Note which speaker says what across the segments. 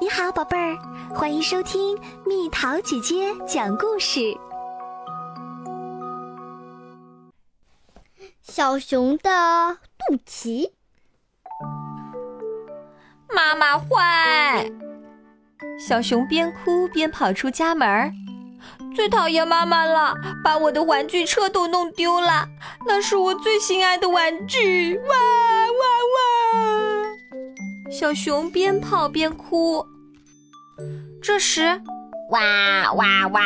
Speaker 1: 你好，宝贝儿，欢迎收听蜜桃姐姐讲故事。
Speaker 2: 小熊的肚脐，
Speaker 3: 妈妈坏！小熊边哭边跑出家门儿，最讨厌妈妈了，把我的玩具车都弄丢了，那是我最心爱的玩具！哇哇哇！小熊边跑边哭。这时，
Speaker 4: 哇哇哇！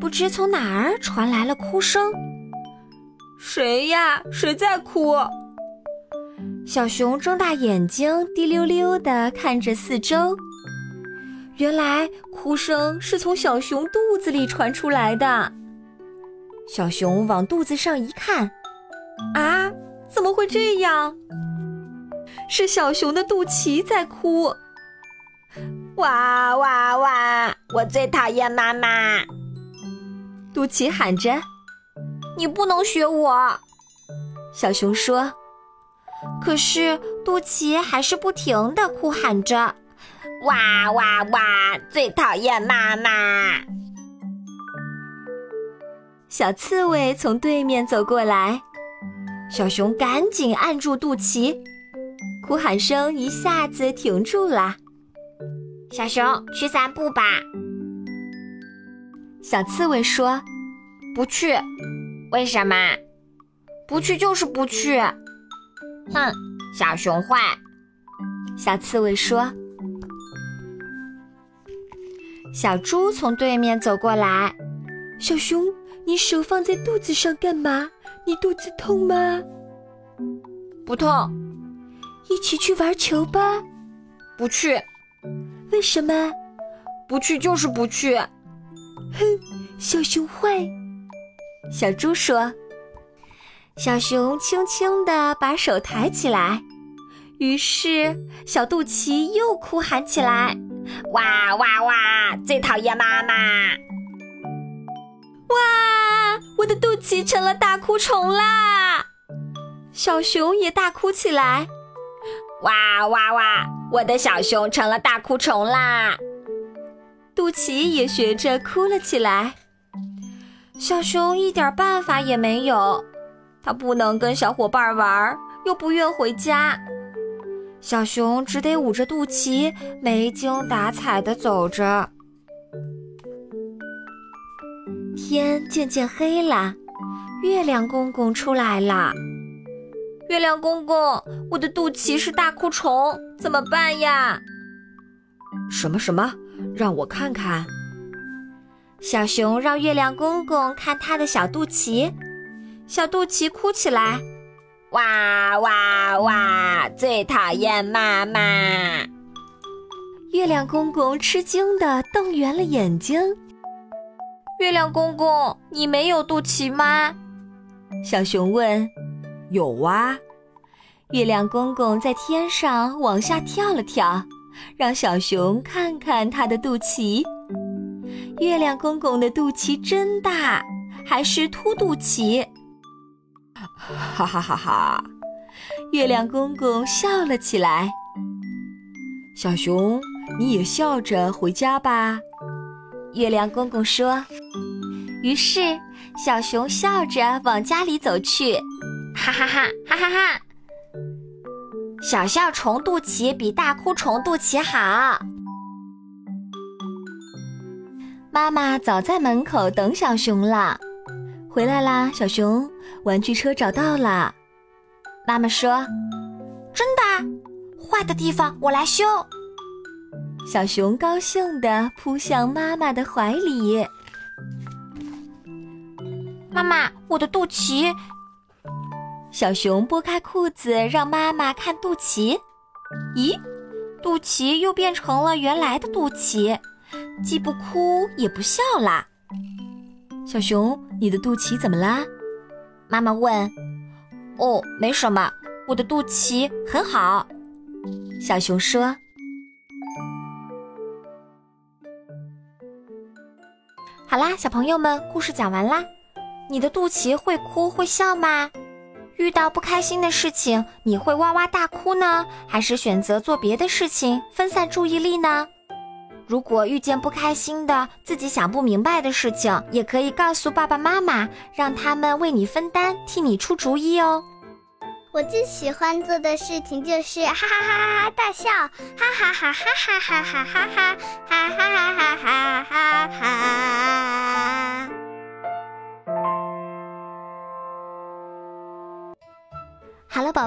Speaker 3: 不知从哪儿传来了哭声。谁呀？谁在哭？小熊睁大眼睛，滴溜溜地看着四周。原来哭声是从小熊肚子里传出来的。小熊往肚子上一看，啊，怎么会这样？是小熊的肚脐在哭。
Speaker 4: 哇哇哇！我最讨厌妈妈！
Speaker 3: 肚脐喊着：“你不能学我。”小熊说。可是肚脐还是不停的哭喊着：“
Speaker 4: 哇哇哇！最讨厌妈妈！”
Speaker 3: 小刺猬从对面走过来，小熊赶紧按住肚脐，哭喊声一下子停住了。
Speaker 4: 小熊，去散步吧。
Speaker 3: 小刺猬说：“
Speaker 4: 不去，
Speaker 3: 为什么？不去就是不去。”
Speaker 4: 哼，小熊坏！
Speaker 3: 小刺猬说。小猪从对面走过来，小熊，你手放在肚子上干嘛？你肚子痛吗？
Speaker 4: 不痛。
Speaker 3: 一起去玩球吧。
Speaker 4: 不去。
Speaker 3: 为什么？
Speaker 4: 不去就是不去。
Speaker 3: 哼，小熊坏。小猪说。小熊轻轻地把手抬起来，于是小肚脐又哭喊起来：“
Speaker 4: 哇哇哇！最讨厌妈妈！”
Speaker 3: 哇，我的肚脐成了大哭虫啦！小熊也大哭起来：“
Speaker 4: 哇哇哇！我的小熊成了大哭虫啦！”
Speaker 3: 肚脐也学着哭了起来。小熊一点办法也没有。他不能跟小伙伴玩，又不愿回家，小熊只得捂着肚脐，没精打采地走着。天渐渐黑了，月亮公公出来了。月亮公公，我的肚脐是大哭虫，怎么办呀？
Speaker 5: 什么什么？让我看看。
Speaker 3: 小熊让月亮公公看他的小肚脐。小肚脐哭起来，
Speaker 4: 哇哇哇！最讨厌妈妈。
Speaker 3: 月亮公公吃惊的瞪圆了眼睛。月亮公公，你没有肚脐吗？小熊问。
Speaker 5: 有啊。
Speaker 3: 月亮公公在天上往下跳了跳，让小熊看看他的肚脐。月亮公公的肚脐真大，还是凸肚脐。
Speaker 5: 哈哈哈哈！
Speaker 3: 月亮公公笑了起来。
Speaker 5: 小熊，你也笑着回家吧。
Speaker 3: 月亮公公说。于是，小熊笑着往家里走去。哈哈哈！哈哈哈！小笑虫肚脐比大哭虫肚脐好。妈妈早在门口等小熊了。回来啦，小熊，玩具车找到了。妈妈说：“
Speaker 6: 真
Speaker 3: 啊
Speaker 6: 的，坏的地方我来修。”
Speaker 3: 小熊高兴地扑向妈妈的怀里。
Speaker 6: 妈妈，我的肚脐。
Speaker 3: 小熊拨开裤子，让妈妈看肚脐。咦，肚脐又变成了原来的肚脐，既不哭也不笑啦。
Speaker 5: 小熊，你的肚脐怎么啦？
Speaker 3: 妈妈问。哦，没什么，我的肚脐很好。小熊说。好啦，小朋友们，故事讲完啦。你的肚脐会哭会笑吗？遇到不开心的事情，你会哇哇大哭呢，还是选择做别的事情分散注意力呢？如果遇见不开心的、自己想不明白的事情，也可以告诉爸爸妈妈，让他们为你分担，替你出主意哦。
Speaker 2: 我最喜欢做的事情就是哈哈哈哈大笑，哈哈哈哈哈哈哈哈哈哈哈哈哈哈哈。
Speaker 1: 好了，宝